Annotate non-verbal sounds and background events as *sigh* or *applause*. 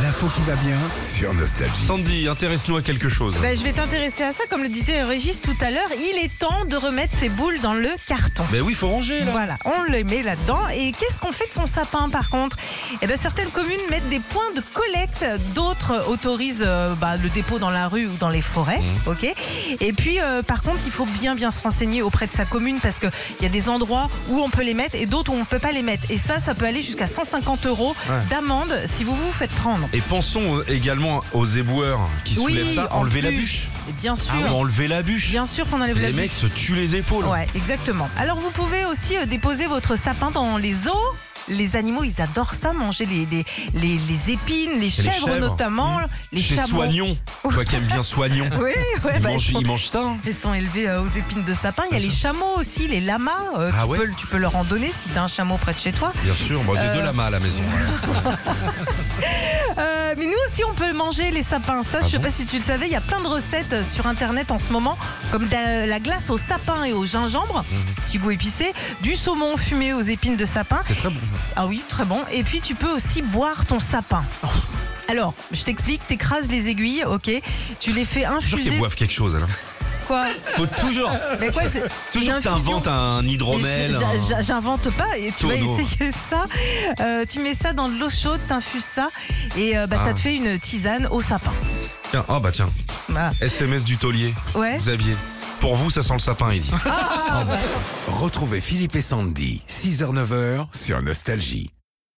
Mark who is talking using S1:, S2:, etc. S1: L'info qui va bien.
S2: sur Nostalgie.
S3: Sandy, intéresse-nous à quelque chose.
S4: Bah, je vais t'intéresser à ça, comme le disait Régis tout à l'heure, il est temps de remettre ses boules dans le carton.
S3: Ben oui, faut ranger là.
S4: Voilà, on les met là-dedans. Et qu'est-ce qu'on fait de son sapin par contre Eh bien, certaines communes mettent des points de collecte, d'autres autorisent euh, bah, le dépôt dans la rue ou dans les forêts.
S3: Mmh.
S4: Ok. Et puis, euh, par contre, il faut bien bien se renseigner auprès de sa commune parce qu'il y a des endroits où on peut les mettre et d'autres où on ne peut pas les mettre. Et ça, ça peut aller jusqu'à 150 euros
S3: Ouais.
S4: d'amende si vous vous faites prendre.
S3: Et pensons euh, également aux éboueurs qui
S4: Oui,
S3: soulèvent ça,
S4: en
S3: enlever la
S4: plus.
S3: bûche.
S4: Et bien sûr,
S3: Ah oui, enlever la bûche.
S4: bien sûr qu'on enlève
S3: les
S4: la bûche.
S3: mecs se tuent les épaules.
S4: Ouais, exactement. Alors vous pouvez aussi euh, déposer votre sapin dans les zoos. Les animaux, ils adorent ça, manger les, les, les, les épines, les chèvres,
S3: chèvres.
S4: notamment,
S3: Mmh.
S4: les
S3: Chez
S4: chameaux.
S3: Soignon, toi qui aimes bien Soignon,
S4: Oui, ouais,
S3: ils,
S4: bah,
S3: mangent,
S4: ils, sont,
S3: ils mangent ça. hein.
S4: ils sont élevés euh, aux épines de sapin. Il y a les chameaux aussi, les lamas. euh,
S3: Ah
S4: tu,
S3: ouais
S4: peux, le- tu peux leur en donner si t'as un chameau près de chez toi.
S3: Bien sûr, moi j'ai
S4: Euh.
S3: deux lamas à la maison.
S4: Euh, mais nous aussi, on peut manger les sapins. Ça,
S3: Ah
S4: je sais
S3: bon
S4: pas si tu le savais, il y a plein de recettes euh, sur Internet en ce moment, comme de la- la glace au sapin et au gingembre, petit goût épicé, du saumon fumé aux épines de sapin.
S3: Mmh. C'est très bon.
S4: Ah oui, très bon. Et puis tu peux aussi boire
S3: *laughs*
S4: ton sapin. Alors, je t'explique, t'écrases les aiguilles, ok Tu les fais
S3: Toujours qu'ils
S4: infuser.
S3: boivent quelque chose. alors.
S4: Quoi
S3: Faut toujours,
S4: Mais quoi c'est-
S3: *laughs* toujours
S4: une
S3: que
S4: infusion.
S3: t'inventes un
S4: Mais
S3: hydromel.
S4: j'-
S3: un-
S4: j'- j'- J'invente pas et tu vas
S3: Tonneau.
S4: essayer *laughs* ça. Euh, tu mets ça dans de l'eau chaude, t'infuses ça et euh, bah,
S3: Ah.
S4: ça te fait une tisane au sapin.
S3: Tiens, oh bah tiens,
S4: Voilà.
S3: SMS du taulier.
S4: Ouais.
S3: Xavier, pour vous ça sent le sapin, il dit.
S2: Retrouvez Philippe et Sandy, 6h-9h sur Nostalgie.